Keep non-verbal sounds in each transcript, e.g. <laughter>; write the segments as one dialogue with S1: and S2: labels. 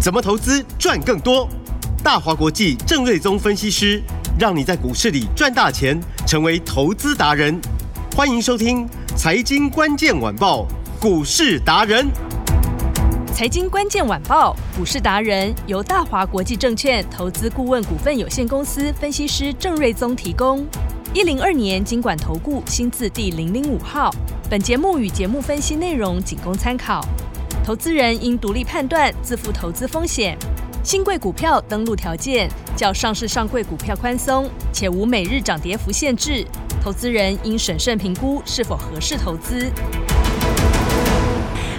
S1: 怎么投资赚更多？大华国际郑瑞宗分析师让你在股市里赚大钱，成为投资达人。欢迎收听《财经关键晚报》股市达人。
S2: 财经关键晚报股市达人由大华国际证券投资顾问股份有限公司分析师郑瑞宗提供。一零二年经管投顾新字第零零五号。本节目与节目分析内容仅供参考，投资人应独立判断，自负投资风险。新贵股票登录条件较上市上柜股票宽松，且无每日涨跌幅限制。投资人应审慎评估是否合适投资。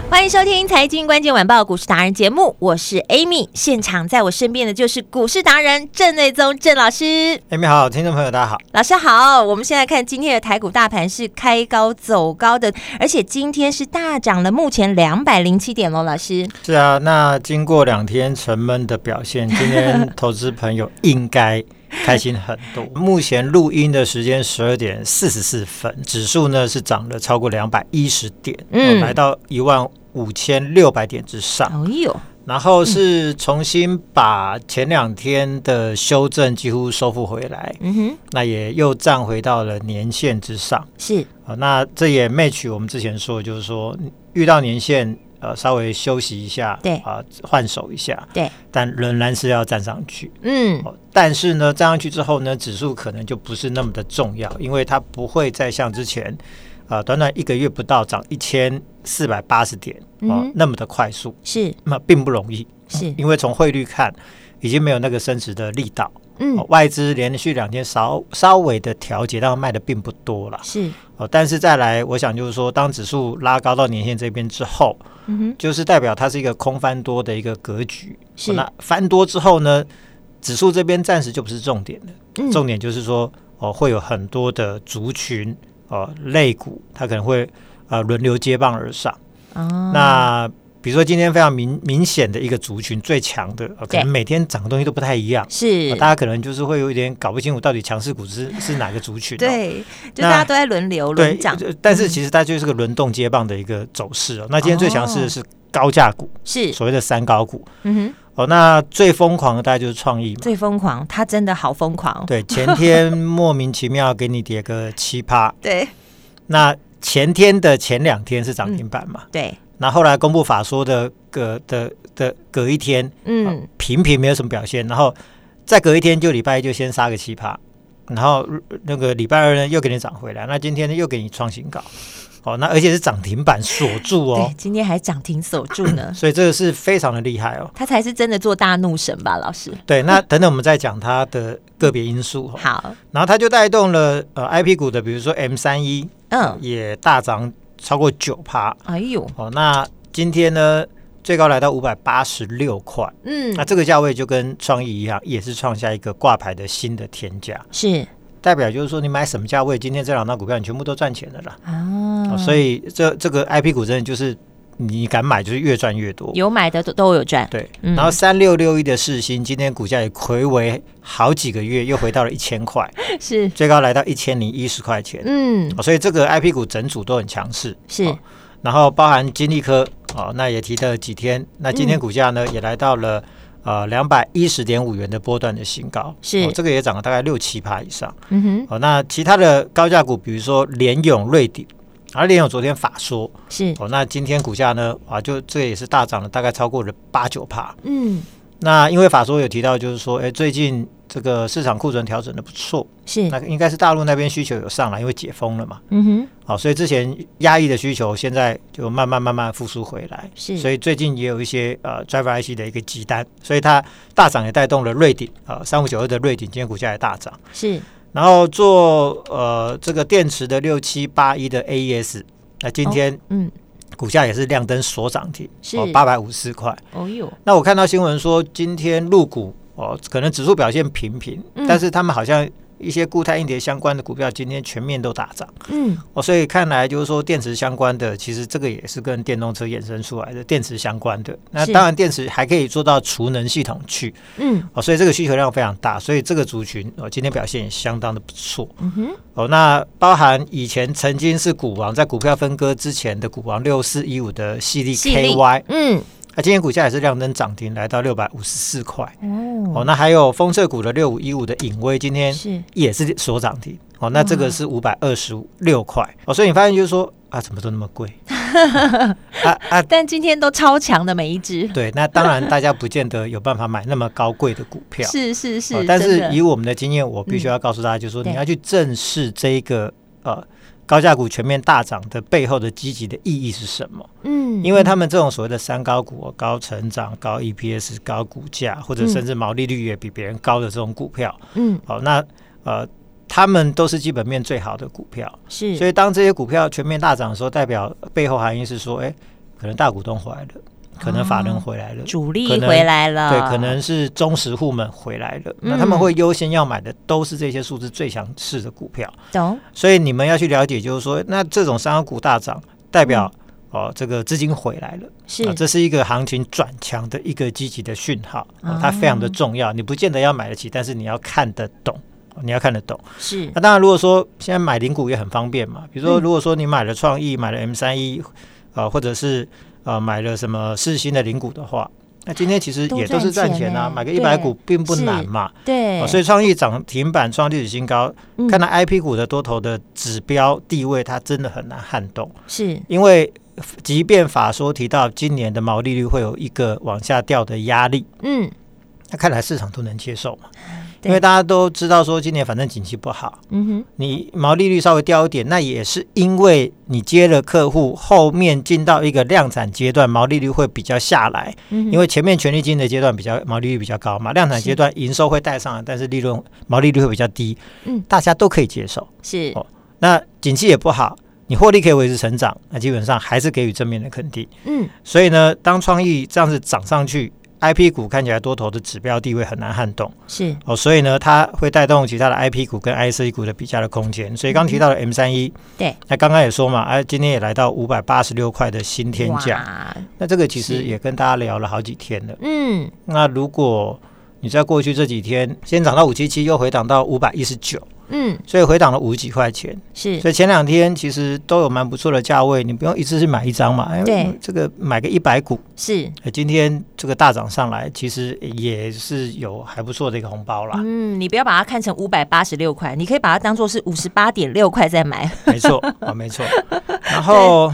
S3: 欢迎收听《财经关键晚报》股市达人节目，我是 Amy。现场在我身边的就是股市达人郑瑞宗郑老师。
S4: 哎，你好，听众朋友，大家好。
S3: 老师好，我们现在看今天的台股大盘是开高走高的，而且今天是大涨了，目前两百零七点喽，老师。
S4: 是啊，那经过两天沉闷的表现，今天投资朋友应该开心很多。目前录音的时间十二点四十四分，指数呢是涨了超过两百一十点，
S3: 嗯
S4: 嗯，来到一万五千六百点之上。
S3: 哦呦，
S4: 然后是重新把前两天的修正几乎收复回来，
S3: 嗯哼，
S4: 那也又站回到了年线之上。
S3: 是
S4: 啊，那这也 match 我们之前说的，就是说遇到年限，呃，稍微休息一下，
S3: 对
S4: 啊、换手一下，
S3: 对，
S4: 但仍然是要站上去。
S3: 嗯，
S4: 哦，但是呢，站上去之后呢，指数可能就不是那么的重要，因为它不会再像之前，啊、短短一个月不到涨一千四百八十点哦、
S3: 嗯哼嗯
S4: 那么的快速，
S3: 是
S4: 那并不容易，
S3: 是，
S4: 因为从汇率看，已经没有那个升值的力道。
S3: 嗯
S4: 哦，外资连续两天稍稍微的调节，但卖的并不多了。
S3: 是，
S4: 哦，但是再来，我想就是说，当指数拉高到年线这边之后，
S3: 嗯哼，
S4: 就是代表它是一个空翻多的一个格局。
S3: 是
S4: 哦那翻多之后呢，指数这边暂时就不是重点了，
S3: 嗯
S4: 重点就是说，哦，会有很多的族群哦类股，它可能会呃轮流接棒而上。
S3: 哦，
S4: 那比如说今天非常明明显的一个族群最强的、呃可
S3: 对
S4: 能每天涨的东西都不太一样。
S3: 是
S4: 哦大家可能就是会有一点搞不清楚到底强势股是是哪个族群、哦。
S3: 对，就
S4: 那
S3: 大家都在轮流
S4: 对
S3: 轮嗯涨，
S4: 呃但是其实它就是个轮动接棒的一个走势哦。那今天最强势的是高价股，
S3: 是，
S4: 所谓的三高股
S3: 嗯哼，
S4: 哦。那最疯狂的大概就是创意嘛，
S3: 最疯狂，他真的好疯狂，
S4: 对，前天
S3: <laughs>
S4: 莫名其妙给你跌个七趴，
S3: 对
S4: 那前天的前两天是
S3: 嗯
S4: 涨停板嘛，
S3: 对，
S4: 那后来公布法说的隔的的隔一天，
S3: 嗯。
S4: 平平没有什么表现，然后再隔一天就礼拜一就先杀个七趴，然后呃那个礼拜二呢又给你涨回来，那今天呢又给你创新高，哦，那而且是涨停板锁住哦
S3: 对，，今天还涨停守住
S4: <coughs>
S3: 呢，
S4: 所以这个是非常的厉害哦。
S3: 他才是真的做大怒神吧，老师？
S4: 对，那等等我们再讲它的个别因素、哦，
S3: 嗯好，
S4: 然后它就带动了呃 I P 股的，比如说 M 三一
S3: 嗯，
S4: 也大涨超过九趴
S3: 哎呦，
S4: 哦，那今天呢最高来到五百八十六块，
S3: 嗯
S4: 那，这个价位就跟创意一样，也是创下一个挂牌的新的天价。
S3: 是
S4: 代表就是说，你买什么价位，今天这两档股票你全部都赚钱的啦。
S3: 啊
S4: 哦所以这这个 IP 股真的就是你敢买，就是越赚越多。
S3: 有买的都都有赚，
S4: 对，
S3: 嗯
S4: 然后三六六一的世新今天股价也回违好几个月，又回到了一千块，
S3: 是，
S4: 最高来到一千零一十块钱、
S3: 嗯，
S4: 哦所以这个 IP 股整组都很强势。
S3: 是
S4: 哦然后包含金利科哦，那也提了几天，那今天股价
S3: 嗯
S4: 呢、也来到了呃两百一十点五元的波段的新高，
S3: 是
S4: 哦、这个也涨了大概六七趴以上。
S3: 嗯哼，
S4: 哦，那其他的高价股，比如说联勇、瑞鼎，而联勇昨天法说，
S3: 是，
S4: 哦，那今天股价呢，啊，就这也是大涨了，大概超过了八九趴。
S3: 嗯，
S4: 那因为法说有提到，就是说，哎，最近这个市场库存调整的不错，
S3: 是，
S4: 那应该是大陆那边需求有上来，因为解封了嘛，
S3: 嗯哼，
S4: 好、所以之前压抑的需求，现在就慢慢慢慢复苏回来。
S3: 是
S4: 所以最近也有一些呃 driver IC 的一个急单，所以它大涨也带动了瑞鼎，呃，三五九二的瑞鼎今天股价也大涨。
S3: 是，
S4: 然后做呃这个电池的六七八一的 AES，那今天
S3: 嗯，
S4: 股价也是亮灯锁涨停，
S3: 是
S4: 八百五十块。
S3: 哦呦，
S4: 那我看到新闻说今天入股哦，可能指数表现平平，
S3: 嗯
S4: 但是他们好像一些固态硬碟相关的股票今天全面都大涨
S3: 嗯，
S4: 哦，所以看来就是说电池相关的，其实这个也是跟电动车衍生出来的电池相关的。那
S3: 是
S4: 当然电池还可以做到储能系统去
S3: 嗯，
S4: 哦，所以这个需求量非常大，所以这个族群哦今天表现也相当的不错。
S3: 嗯哼，
S4: 哦，那包含以前曾经是股王，在股票分割之前的股王六四一五的系列
S3: 细粒
S4: KY，
S3: 嗯，
S4: 那啊今天股价也是亮灯涨停，来到六百五十四块。
S3: 哦，
S4: 哦，那还有风车股的六五一五的影威，今天
S3: 是嗯
S4: 也是所涨停。哦，那这个是五百二十六块。哦，所以你发现就是说啊，怎么都那么
S3: <laughs>
S4: 贵？啊啊，
S3: 但今天都超强的每一只，
S4: 对，那当然大家不见得有办法买那么高贵的股票。
S3: 是是是，
S4: 哦但
S3: 真
S4: 是
S3: 的
S4: 以我们的经验，我必须要告诉大家，就是说、
S3: 对
S4: 你要去正视这一个呃高价股全面大涨的背后的积极的意义是什么？
S3: 嗯，
S4: 因为他们这种所谓的三高股、哦高成长、高 EPS、高股价，或者甚至毛利率也比别人高的这种股票，
S3: 嗯
S4: 哦，那呃。他们都是基本面最好的股票，
S3: 是，
S4: 所以当这些股票全面大涨的时候，代表背后含义是说，哎、可能大股东回来了，可能法
S3: 哦
S4: 人回来了，
S3: 主力
S4: 可能
S3: 回来了，
S4: 对，可能是忠实户们回来了，那
S3: 啊嗯
S4: 他们会优先要买的都是这些数字最强势的股票，
S3: 懂，
S4: 所以你们要去了解，就是说，那这种商股大涨，代表、
S3: 嗯
S4: 哦这个资金回来了，
S3: 是
S4: 啊，这是一个行情转强的一个积极的讯号、
S3: 哦
S4: 哦，它非常的重要，你不见得要买得起，但是你要看得懂。哦你要看得懂。
S3: 是
S4: 那当然，如果说现在买零股也很方便嘛，比
S3: 嗯
S4: 如说，如果说你买了创意，买了 M 三一，呃，或者是呃买了什么世新的零股的话，那今天其实
S3: 都
S4: 也都是
S3: 赚
S4: 赚
S3: 钱
S4: 钱啊，
S3: 欸
S4: 买个一百
S3: 对
S4: 股并不
S3: 是
S4: 难嘛。
S3: 对，
S4: 哦所以创意涨停板创历史新高，
S3: 嗯
S4: 看到 I P 股的多头的指标地位，它真的很难撼动，
S3: 是
S4: 因为即便法说提到今年的毛利率会有一个往下掉的压力，
S3: 嗯
S4: 那看来市场都能接受嘛，
S3: 对
S4: 因为大家都知道说今年反正景气不好。
S3: 嗯哼
S4: 你毛利率稍微掉一点，那也是因为你接了客户，后面进到一个量产阶段，毛利率会比较下来，
S3: 嗯哼，
S4: 因为前面权利金的阶段比较毛利率比较高嘛，量产阶段营收会带上来，但是利润毛利率会比较低，
S3: 嗯
S4: 大家都可以接受。
S3: 是
S4: 哦那景气也不好，你获利可以维持成长，那基本上还是给予正面的肯定。
S3: 嗯
S4: 所以呢，当创意这样子涨上去，IP 股看起来多头的指标地位很难撼动。
S3: 是
S4: 哦，所以呢，它会带动其他的 IP 股跟 IC 股的比价的空间。所以刚提到的 M 三一，
S3: 嗯对，
S4: 那刚刚也说嘛，哎、今天也来到五百八十六块的新天价。
S3: 哇
S4: 那这个其
S3: 是
S4: 实也跟大家聊了好几天了。
S3: 嗯
S4: 那如果你在过去这几天先涨到五七七，又回档到五百一十九，
S3: 嗯
S4: 所以回档了五几块钱。
S3: 是
S4: 所以前两天其实都有蛮不错的价位，你不用一次去买一张嘛，哎
S3: 对，
S4: 这个买个一百股，
S3: 是
S4: 哎今天这个大涨上来，其实也是有还不错的一个红包啦。
S3: 嗯，你不要把它看成五百八十六块，你可以把它当做是五十八点六块再买。
S4: 没错啊、哦没错。然后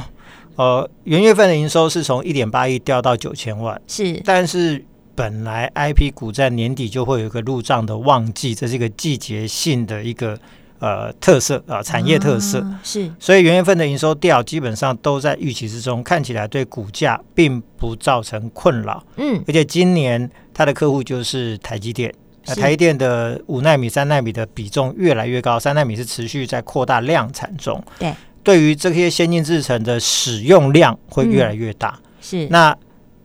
S4: 呃，元月份的营收是从一点八亿掉到九千万，
S3: 是
S4: 但是本来 IP 股在年底就会有一个入账的旺季，这是一个季节性的一个呃特色啊、产业特色。
S3: 啊是
S4: 所以元月份的营收掉，基本上都在预期之中，看起来对股价并不造成困扰。
S3: 嗯
S4: 而且今年它的客户就是台积电，那
S3: 是
S4: 台积电的五纳米、三纳米的比重越来越高，三纳米是持续在扩大量产中。
S3: 对，
S4: 对于这些先进制程的使用量会越来越大。
S3: 嗯是
S4: 那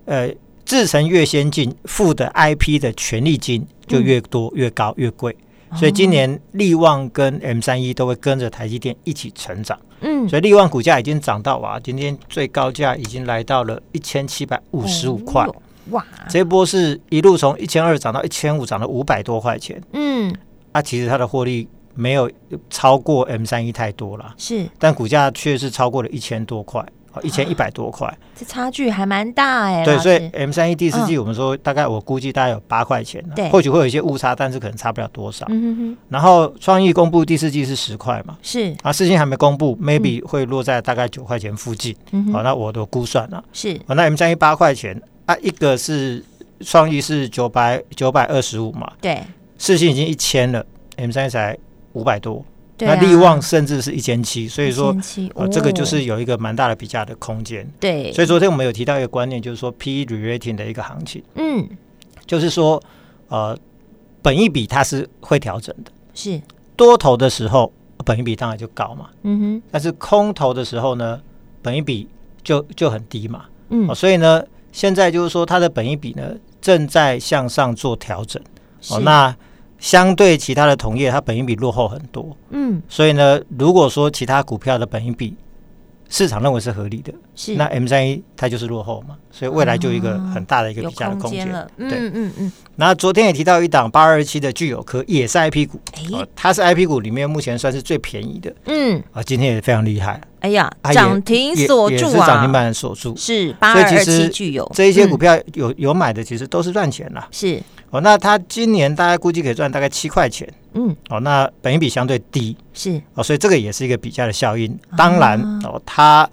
S4: 呃，制程越先进，付的 IP 的权利金就越多、越高、越贵。
S3: 嗯
S4: 所以今年力旺跟 M 三一都会跟着台积电一起成长，
S3: 嗯
S4: 所以力旺股价已经涨到哇，今天最高价已经来到了一千七百五十五块，
S3: 哦哇
S4: 这一波是一路从一千二涨到一千五，涨了五百多块钱。
S3: 嗯
S4: 啊，其实它的获利没有超过 M 三一太多啦，
S3: 是
S4: 但股价却是超过了一千多块，啊，一千一百多块。
S3: 这差距还蛮大哎、
S4: 对，
S3: 老
S4: 所以
S3: 师嗯
S4: M 三一第四季我们说大概我估计大概有八块钱啊、
S3: 对
S4: 或许会有一些误差，但是可能差不了多少。
S3: 嗯哼哼
S4: 然后创意公布第四季是十块嘛，
S3: 是
S4: 啊，事情还没公布，maybe 会落在大概九块钱附近。
S3: 嗯
S4: 好、
S3: 哼
S4: 那我的估算啊，
S3: 是
S4: 啊，那 M 三一八块钱啊，一个是创意是九百九百二十五嘛，
S3: 对
S4: 世新已经一千了，M 三才五百多，
S3: 对、
S4: 那
S3: 啊、
S4: 力旺甚至是一千七，所以说
S3: 前期
S4: 呃这个就
S3: 哦
S4: 是有一个蛮大的比价的空间。
S3: 对，
S4: 所以昨天我们有提到一个观念，就是说 P E re-rating 的一个行情，
S3: 嗯
S4: 就是说呃本一比它是会调整的，
S3: 是
S4: 多头的时候本一比当然就高嘛，
S3: 嗯
S4: 但是空头的时候呢，本一比就就很低嘛，
S3: 哼嗯
S4: 哦，所以呢现在就是说它的本一比呢正在向上做调整。哦，
S3: 是
S4: 那相对其他的同业，它本益比落后很多，
S3: 嗯
S4: 所以呢，如果说其他股票的本益比市场认为是合理的，
S3: 是啊
S4: 那 M 三一它就是落后嘛，所以未来就有一个很大的一个
S3: 有
S4: 比价的
S3: 空
S4: 空
S3: 间
S4: 间。
S3: 了，
S4: 对
S3: 嗯嗯嗯，
S4: 那昨天也提到一档八二七的聚友科，也是 IP 股，
S3: 哎
S4: 呃它是 IP 股里面目前算是最便宜的
S3: 嗯，
S4: 啊、今天也非常厉害，
S3: 哎呀，
S4: 啊也
S3: 涨停
S4: 也
S3: 锁
S4: 也
S3: 住
S4: 是涨停
S3: 啊，
S4: 板锁住。
S3: 是八
S4: 所
S3: 二
S4: 以其
S3: 二
S4: 实
S3: 七具有
S4: 这一些股
S3: 嗯
S4: 票有有买的，其实都是赚钱啦。
S3: 是，
S4: 哦，那它今年大概估计可以赚大概七块钱。
S3: 嗯
S4: 哦，那本益比相对低
S3: 是，
S4: 哦，所以这个也是一个比价的效应。当然哦，它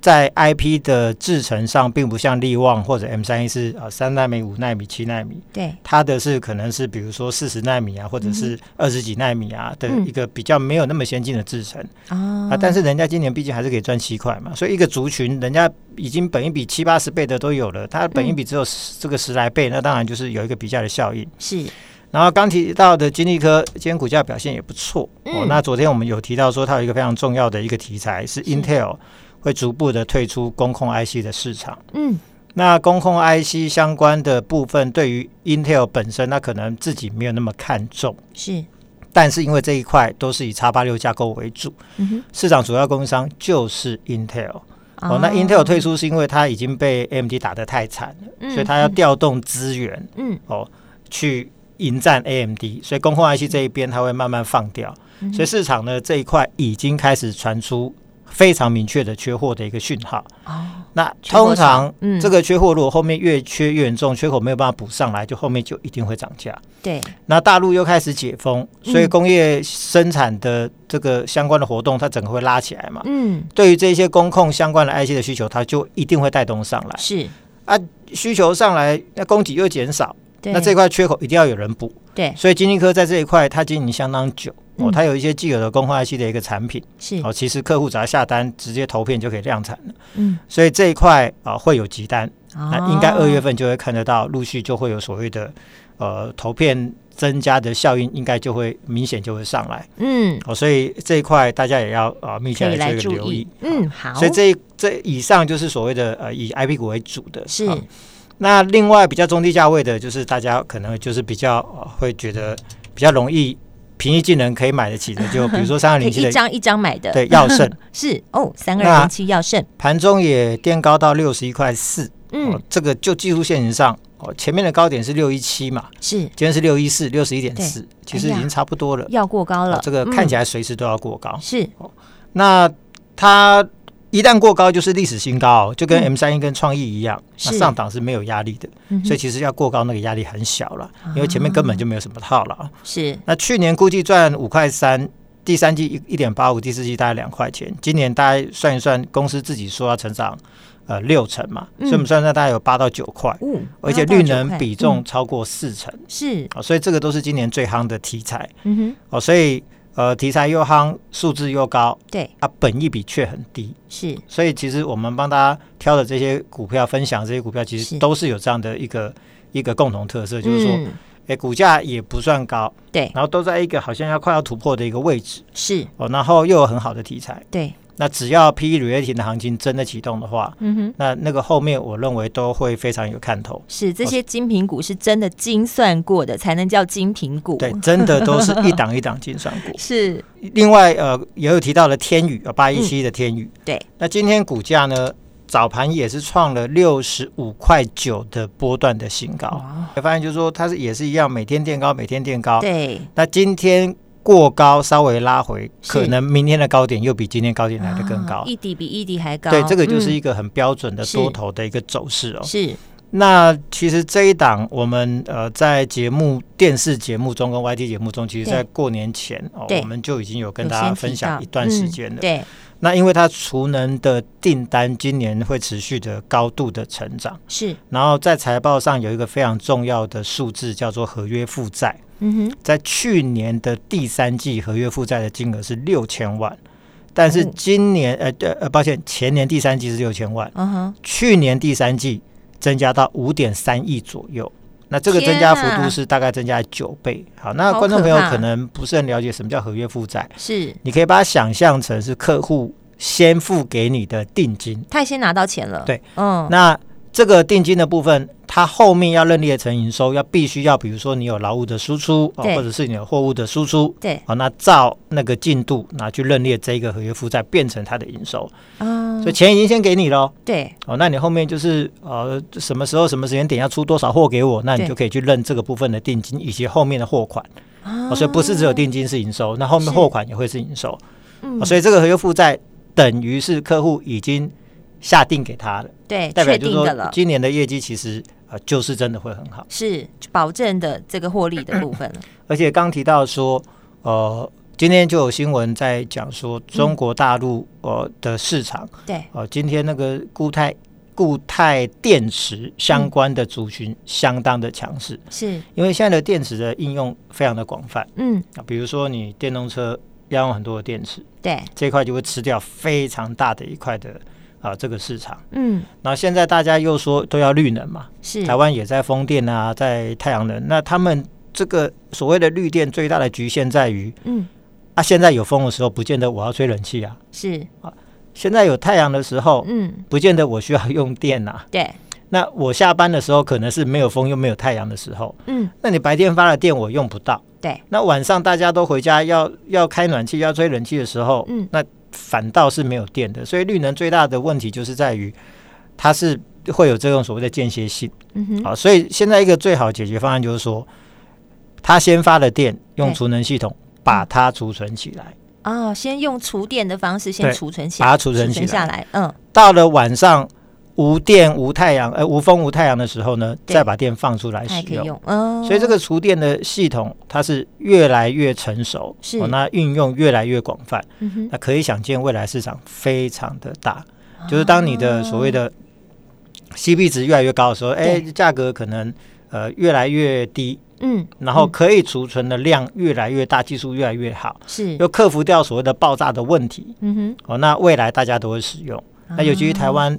S4: 在 IP 的制程上，并不像力旺或者 M 三一是啊三纳米、五纳米、七纳米，
S3: 对，
S4: 它的是可能是比如说四十纳米啊，或者是二十几纳米啊的
S3: 嗯
S4: 一个比较没有那么先进的制程、
S3: 哦
S4: 啊。但是人家今年毕竟还是可以赚七块嘛，所以一个族群人家已经本一比七八十倍的都有了，它本一比只有十这个十来倍，那当然就是有一个比价的效应。
S3: 是，
S4: 然后刚提到的金利科，今天股价表现也不错、哦
S3: 嗯。
S4: 那昨天我们有提到说，它有一个非常重要的一个题材是 Intel 会逐步的退出公控 IC 的市场。
S3: 嗯
S4: 那公控 IC 相关的部分，对于 Intel 本身，它可能自己没有那么看重，
S3: 是，
S4: 但是因为这一块都是以 x 八六架构为主，
S3: 嗯哼，
S4: 市场主要供应商就是 Intel。哦，
S3: 啊
S4: 那 Intel 退出是因为它已经被 AMD 打得太惨了，
S3: 嗯，
S4: 所以它要
S3: 嗯
S4: 调动资源。
S3: 嗯
S4: 哦去迎战 AMD，所以工控 IC 这一边它会慢慢放掉，
S3: 嗯
S4: 所以市场呢这一块已经开始传出非常明确的缺货的一个讯号。
S3: 哦，
S4: 那
S3: 缺货
S4: 通常
S3: 潮嗯
S4: 这个缺货如果后面越缺越严重，缺口没有办法补上来，就后面就一定会涨价。
S3: 对，
S4: 那大陆又开始解封，所以
S3: 嗯
S4: 工业生产的这个相关的活动，它整个会拉起来嘛。
S3: 嗯
S4: 对于这些工控相关的 IC 的需求，它就一定会带动上来。
S3: 是，
S4: 需求上来，那供给又减少，
S3: 对，
S4: 那这块缺口一定要有人补。
S3: 对
S4: 所以金立科在这一块它经营相当久。
S3: 嗯
S4: 哦，它有一些既有的工化系的一个产品，
S3: 是，
S4: 哦，其实客户只要下单，直接投片就可以量产了。
S3: 嗯，啊
S4: 所以这一块啊、会有急单，那
S3: 那
S4: 应该二月份就会看得到，陆续就会有所谓的呃投片增加的效应，应该就会明显就会上来。
S3: 嗯
S4: 哦，所以这一块大家也要啊、密切
S3: 可以
S4: 地
S3: 来
S4: 做
S3: 注
S4: 一个留
S3: 意
S4: 意，。
S3: 嗯好，
S4: 所以这一这以上就是所谓的呃以 IP 股为主的
S3: 是
S4: 啊那另外比较中低价位的，就是大家可能就是比较、呃会觉得比较容易平易近人可以买得起的，
S3: <laughs>
S4: 就比如说三二
S3: 可以
S4: 零七
S3: 一
S4: 的
S3: 张一张买的，嗯
S4: 对
S3: <laughs>
S4: 药圣，
S3: 是哦，三二
S4: 那
S3: 零七要胜，
S4: 盘中也垫高到六十一块四，
S3: 嗯
S4: 哦，这个就技术线型上，哦，前面的高点是六一七嘛，
S3: 是
S4: 今天是六一四，六十一点
S3: 对
S4: 四，其实
S3: 哎嗯
S4: 已
S3: 呀
S4: 经差不多了。
S3: 要过高
S4: 哦
S3: 了，
S4: 这个看起
S3: 来
S4: 来随时都要过高，
S3: 是
S4: 那它一旦过高就是历史新高哦，就跟
S3: 嗯
S4: M 三一跟创意一样，那
S3: 是
S4: 上档是没有压力的，
S3: 嗯哼
S4: 所以其实要过高那个压力很小了，因为前面根本就没有什么套牢。
S3: 是
S4: 那去年估计赚五块三，第三季一一点八五，第四季大概两块钱，今年大概算一算，公司自己说要成长呃六成嘛，
S3: 嗯
S4: 所以我们算算大概有八到九块。
S3: 五，
S4: 而且
S3: 八到
S4: 绿
S3: 九
S4: 能
S3: 块
S4: 比
S3: 嗯
S4: 重超过四成
S3: 是，
S4: 啊、所以这个都是今年最夯的题材
S3: 嗯哼，
S4: 哦，所以呃题材又夯，数字又高
S3: 对，
S4: 啊，本益比却很低，
S3: 是
S4: 所以其实我们帮大家挑的这些股票，分享这些股票，其
S3: 是
S4: 实都是有这样的一个一个共同特色，就是说，诶
S3: 嗯，
S4: 股价也不算高，
S3: 对，
S4: 然后都在一个好像要快要突破的一个位置
S3: 是，
S4: 哦，然后又有很好的题材。
S3: 对，
S4: 那只要 PE rating 的行情真的启动的话，
S3: 嗯哼。
S4: 那那个后面我认为都会非常有看头。
S3: 是这些精品股是真的精算过的，才能叫精品股。。
S4: 对，真的都是一档一档精算股
S3: 是，
S4: 另外，呃，也有提到了天宇，呃，八一七的天宇、
S3: 嗯对，
S4: 那今天股价呢，早盘也是创了六十五块九的波段的新高。
S3: 哇，哦
S4: 我发现就是说它是也是一样，每天垫高，每天垫高。
S3: 对，
S4: 那今天过高，稍微拉回，
S3: 是
S4: 可能明天的高点又比今天高点来的更
S3: 啊
S4: 高。
S3: 一底比一底还高。
S4: 对，这个就是
S3: 嗯
S4: 一个很标准的
S3: 是
S4: 多头的一个走势哦。
S3: 是，
S4: 那其实这一档我们呃在节目电视节目中跟 YT 节目中，其实在
S3: 对
S4: 过年前哦
S3: 对，
S4: 我们就已经有跟
S3: 有
S4: 大家
S3: 先提
S4: 分享
S3: 到
S4: 一段时
S3: 嗯
S4: 间了。
S3: 对，
S4: 那因为它储能的订单今年会持续的高度的成长，
S3: 是，
S4: 然后在财报上有一个非常重要的数字叫做合约负债。
S3: 嗯哼，
S4: 在去年的第三季合约负债的金额是六千万，但是
S3: 哦
S4: 今年、呃呃呃，抱歉，前年第三季是六千万，
S3: 嗯哼，
S4: 去年第三季增加到五点三亿左右。那这个增加幅度是大概增加九倍。好，那
S3: 好
S4: 观众
S3: 可
S4: 朋友
S3: 怕
S4: 可能不是很了解什么叫合约负债，
S3: 是，
S4: 你可以把它想象成是客户先付给你的定金。
S3: 他也先拿到钱了。
S4: 对，
S3: 嗯，
S4: 那这个定金的部分，它后面要认列成营收，要必须要，比如说你有劳务的输出，哦、
S3: 对
S4: 或者是你有货物的输出，
S3: 对
S4: 哦，那照那个进度拿去认列这个合约负债，变成它的营收，
S3: 啊
S4: 所以钱已经先给你喽。
S3: 对
S4: 哦，那你后面就是呃什么时候什么时间点要出多少货给我，那你
S3: 对
S4: 就可以去认这个部分的定金以及后面的货款。哦，所以不是只有定金是营收，那后面
S3: 啊是
S4: 货款也会是营收。
S3: 嗯
S4: 哦，所以这个合约负债等于是客户已经下定给他了，
S3: 对，
S4: 代表
S3: 哎确
S4: 就是
S3: 定的
S4: 说
S3: 了，
S4: 今年的业绩其实呃就是真的会很好。
S3: 是保证的这个获利的部
S4: <clears throat>
S3: 分了。
S4: 而且刚提到说，呃，今天就有新闻在讲说
S3: 嗯
S4: 中国大陆、呃的市场，
S3: 对，
S4: 呃，今天那个固态固态电池
S3: 嗯
S4: 相关的族群相当的强势，
S3: 是，
S4: 因为现在的电池的应用非常的广泛
S3: 嗯，
S4: 啊，比如说你电动车要用很多的电池，
S3: 对，
S4: 这一块就会吃掉非常大的一块的啊、这个市场。
S3: 嗯，
S4: 然后现在大家又说都要绿能嘛，
S3: 是
S4: 台湾也在风电啊，在太阳能。那他们这个所谓的绿电最大的局限在于，
S3: 嗯，
S4: 啊，现在有风的时候，不见得我要吹冷气啊；
S3: 是，
S4: 现在有太阳的时候，
S3: 嗯，
S4: 不见得我需要用电啊。
S3: 对，
S4: 那我下班的时候，可能是没有风又没有太阳的时候，
S3: 嗯，
S4: 那你白天发的电我用不到。
S3: 对，
S4: 那晚上大家都回家要要开暖气、要吹冷气的时候，
S3: 嗯
S4: 那反倒是没有电的。所以绿能最大的问题就是在于，它是会有这种所谓的间歇性。
S3: 嗯哼，
S4: 好，所以现在一个最好解决方案就是说，他先发的电用
S3: 对嗯
S4: 储能系统把它储存起来，
S3: 哦，先用储电的方式先
S4: 对
S3: 储存起
S4: 把
S3: 来，
S4: 它储存起
S3: 下
S4: 来。
S3: 来，嗯，
S4: 到了晚上无电、无太阳、呃无风、无太阳的时候呢，
S3: 对
S4: 再把电放出来
S3: 还
S4: 使
S3: 可以
S4: 用。
S3: 用，嗯，
S4: 所以这个厨电的系统，它是越来越成熟，
S3: 是
S4: 哦那运用越来越广泛，
S3: 嗯哼，
S4: 那可以想见未来市场非常的大。
S3: 啊
S4: 就是当你的所谓的 CP 值越来越高的时候，哎，
S3: 对
S4: 价格可能呃越来越低，
S3: 嗯，
S4: 然后
S3: 嗯
S4: 可以储存的量越来越大，技术越来越好，
S3: 是，
S4: 又克服掉所谓的爆炸的问题
S3: 嗯哼，
S4: 哦。那未来大家都会使用。
S3: 啊
S4: 那尤其是台湾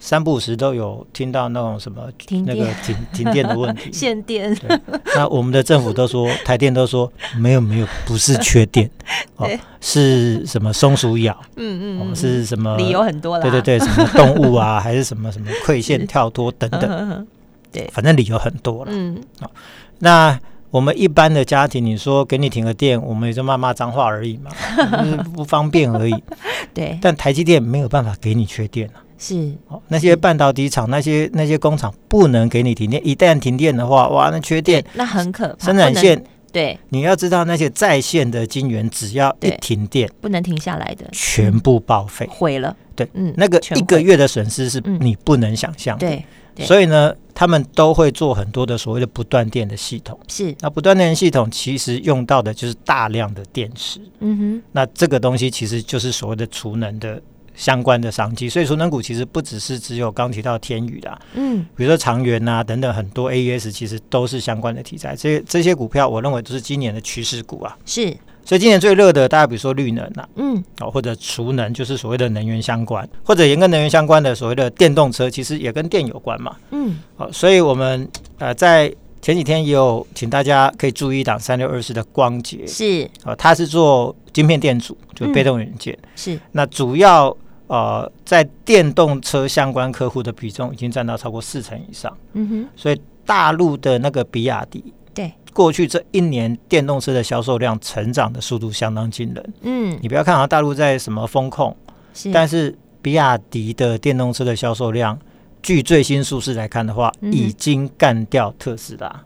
S4: 三不五时都有听到那种什么
S3: 停
S4: 那
S3: 电
S4: 个停停电的问
S3: <laughs>
S4: 题，
S3: 限电，
S4: <laughs> 那我们的政府都说
S3: <laughs>
S4: 台电都说没有没有，不是缺电哦
S3: 对，
S4: 是什么松鼠咬，
S3: 嗯
S4: 哦、是什么
S3: 理由很多啦，
S4: 对对对，什么动物
S3: <laughs>
S4: 啊，还是什么什么馈线跳脱等
S3: 嗯
S4: 等，
S3: 哼哼，
S4: 反正理由很多了。
S3: 嗯，
S4: 那我们一般的家庭，你说给你停个电，我们也就骂骂脏话
S3: <laughs>
S4: 而已嘛，就是不方便而已。
S3: 对，
S4: 但台积电没有办法给你缺电啊。
S3: 是，
S4: 哦，那些半导体厂、那些那些工厂不能给你停电，一旦停电的话，哇，那缺电，
S3: 那很可怕，
S4: 生
S3: 啊不能
S4: 产线，
S3: 对，
S4: 你要知道那些在线的晶圆，只要一
S3: 对
S4: 停电，
S3: 不能停下来的，
S4: 全部报废。
S3: 毁了，
S4: 对，
S3: 嗯，
S4: 那个
S3: 全
S4: 一个
S3: 毁
S4: 月的损失是
S3: 嗯
S4: 你不能想象的。
S3: 对，对
S4: 所以呢，他们都会做很多的所谓的不断电的系统。
S3: 是，
S4: 那不断电系统其实用到的就是大量的电池，
S3: 嗯哼，
S4: 那这个东西其实就是所谓的储能的相关的商机。所以储能股其实不只是只有刚提到天宇啦，
S3: 嗯，
S4: 比如说长源啊等等很多 AES 其实都是相关的题材。这这些股票我认为都是今年的趋势股啊。
S3: 是，
S4: 所以今年最热的，大家比如说绿能啊，
S3: 嗯，
S4: 哦，或者储能，就是所谓的能源相关，或者也跟能源相关的所谓的电动车，其实也跟电有关嘛。
S3: 嗯，
S4: 好、所以我们呃在前几天也有请大家可以注意一档三六二四的光洁，
S3: 是，
S4: 哦，它是做晶片电阻，就
S3: 嗯
S4: 是被动元件。
S3: 是，
S4: 那主要呃在电动车相关客户的比重已经占到超过四成以上，
S3: 嗯哼，
S4: 所以大陆的那个比亚迪。
S3: 对，
S4: 过去这一年电动车的销售量成长的速度相当惊人。
S3: 嗯，
S4: 你不要看好像大陆在什么风控，
S3: 是，
S4: 但是比亚迪的电动车的销售量，据最新数字来看的话，
S3: 嗯哼
S4: 已经干掉特斯拉，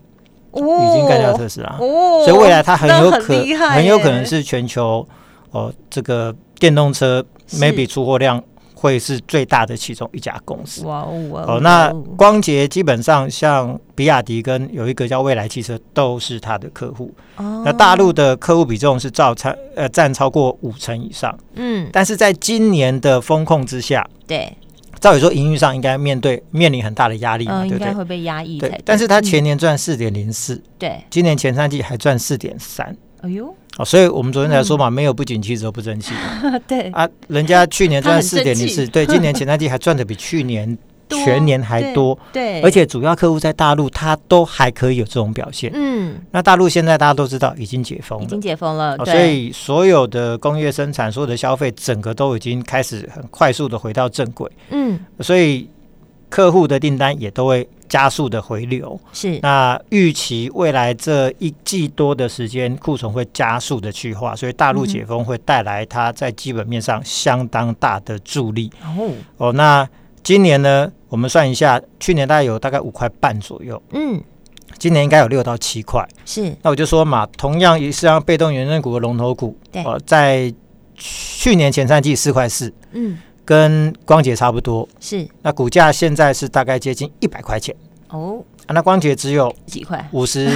S3: 已
S4: 已经干掉特斯拉，
S3: 哦，
S4: 所以未来它很有
S3: 那
S4: 可
S3: 厉害耶
S4: 有可能是全球哦这个电动车
S3: 是
S4: maybe 出货量会是最大的其中一家公司。
S3: 哇哦哇
S4: 哦，那
S3: 哇哦
S4: 光捷基本上像比亚迪跟有一个叫蔚来汽车都是它的客户。
S3: 哦
S4: 那大陆的客户比重是照超呃占超过五成以上，
S3: 嗯
S4: 但是在今年的风控之下，
S3: 对，
S4: 照理说营运上应该面对面临很大的压力嘛，
S3: 嗯，
S4: 对
S3: 应
S4: 不
S3: 该
S4: 对？
S3: 会被压抑才
S4: 对，但是它前
S3: 嗯
S4: 年赚四点零四，
S3: 对，
S4: 今年前三季还赚四点三。
S3: 哎呦， <laughs>
S4: 哦，所以我们昨天才说嘛，没有不景气则不争气嘛
S3: 嗯对，
S4: 啊！人家去年
S3: 他很
S4: 赚四点
S3: 争
S4: 零
S3: 气
S4: 四，对，今年前三季还赚的比去年
S3: <laughs> 多
S4: 全年还
S3: 对
S4: 多，
S3: 对，
S4: 而且主要客户在大陆，它都还可以有这种表现。
S3: 嗯，
S4: 那大陆现在大家都知道已经解封
S3: 已
S4: 了
S3: 经，解封了，
S4: 哦
S3: 对
S4: 所以所有的工业生产、所有的消费，整个都已经开始很快速的回到正轨。
S3: 嗯
S4: 所以客户的订单也都会加速的回流。
S3: 是
S4: 那预期未来这一季多的时间，库存会加速的去化，所以大陆解封会带来它在基本面上相当大的助力。
S3: 哦，
S4: 哦，那今年呢，我们算一下，去年大概有大概五块半左右，
S3: 嗯，
S4: 今年应该有六到七块。
S3: 是
S4: 那我就说嘛，同样也是让被动元件股的龙头股，
S3: 对
S4: 呃，在去年前三季四块四，
S3: 嗯
S4: 跟光捷差不多。
S3: 是
S4: 那股价现在是大概接近一百块钱、
S3: 哦，
S4: 啊，那光捷只有
S3: 几块？
S4: 五十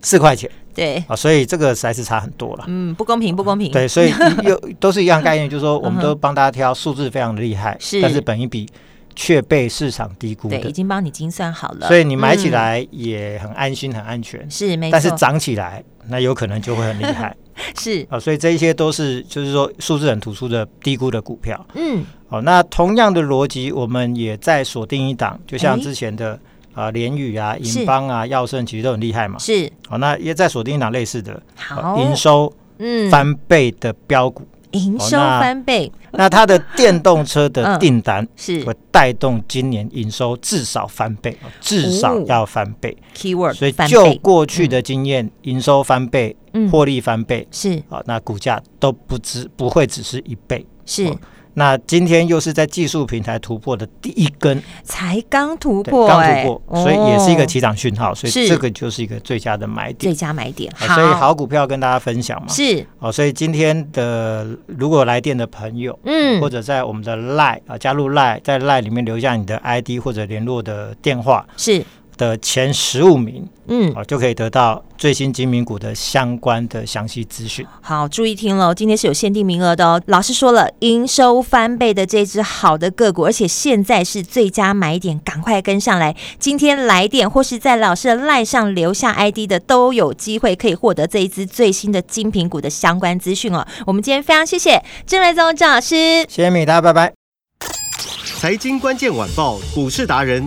S4: 四块钱
S3: 对，
S4: 啊，所以这个实在是差很多了。
S3: 嗯，不公平，不公平，
S4: 对，所
S3: <laughs>
S4: 以又都是一样概念，就是说我
S3: 嗯
S4: 们
S3: 哼
S4: 都帮大家挑数字非常的厉害，
S3: 是
S4: 但是本一比却被市场低估
S3: 对，已
S4: 的，
S3: 经帮你精算好了，
S4: 所以你买起
S3: 嗯
S4: 来也很安心、很安全，
S3: 是没错，
S4: 但是涨起来那有可能就会很厉
S3: <laughs>
S4: 害。
S3: 是
S4: 啊，所以这一些都是就是说数字很突出的低估的股票。
S3: 嗯
S4: 好、那同样的逻辑，我们也在锁定一档，就像
S3: 诶
S4: 之前的啊联宇啊、
S3: 哎是
S4: 银邦啊、药盛其实都很厉害嘛。
S3: 是
S4: 好、那也在锁定一档类似的
S3: 好
S4: 呃营、收
S3: 嗯
S4: 翻倍的标股。
S3: 营
S4: 哦
S3: 收
S4: 那
S3: 翻倍
S4: 那它的电动车
S3: 嗯
S4: 的订单
S3: 是
S4: 会带动今年营收至少翻倍，哦至少
S3: 哦
S4: 要翻倍。
S3: keyword
S4: 所以
S3: 翻
S4: 就
S3: 倍，
S4: 过去的经验，营收翻倍，
S3: 嗯
S4: 获利翻倍。
S3: 是
S4: 啊，那股价都不只不会只是一倍。
S3: 是
S4: 哦那今天又是在技术平台突破的第一根，
S3: 才刚突
S4: 对
S3: 破
S4: 刚
S3: 哎，
S4: 突破，所以也是一个
S3: 哦
S4: 起涨讯号，所以
S3: 是
S4: 这个就是一个最佳的买
S3: 最
S4: 点。
S3: 佳买点，
S4: 哦所以好股票跟大家分享嘛。
S3: 是
S4: 哦，所以今天的如果来电的朋友，
S3: 嗯
S4: 或者在我们的 Line 啊加入 Line，在 Line 里面留下你的 ID 或者联络的电话
S3: 是
S4: 的前十五名
S3: 嗯
S4: 啊，哦就可以得到最新精明股的相关的详细资讯。
S3: 好，注意听喽，今天是有限定名额的哦。老师说了，营收翻倍的这只好的个股，而且现在是最佳买点，赶快跟上来。今天来电或是在老师的赖上留下 ID 的，都有机会可以获得这一只最新的精品股的相关资讯哦。我们今天非常谢谢郑瑞宗郑老师。
S4: 谢谢米，大家拜拜。
S1: 财经关键晚报股市达人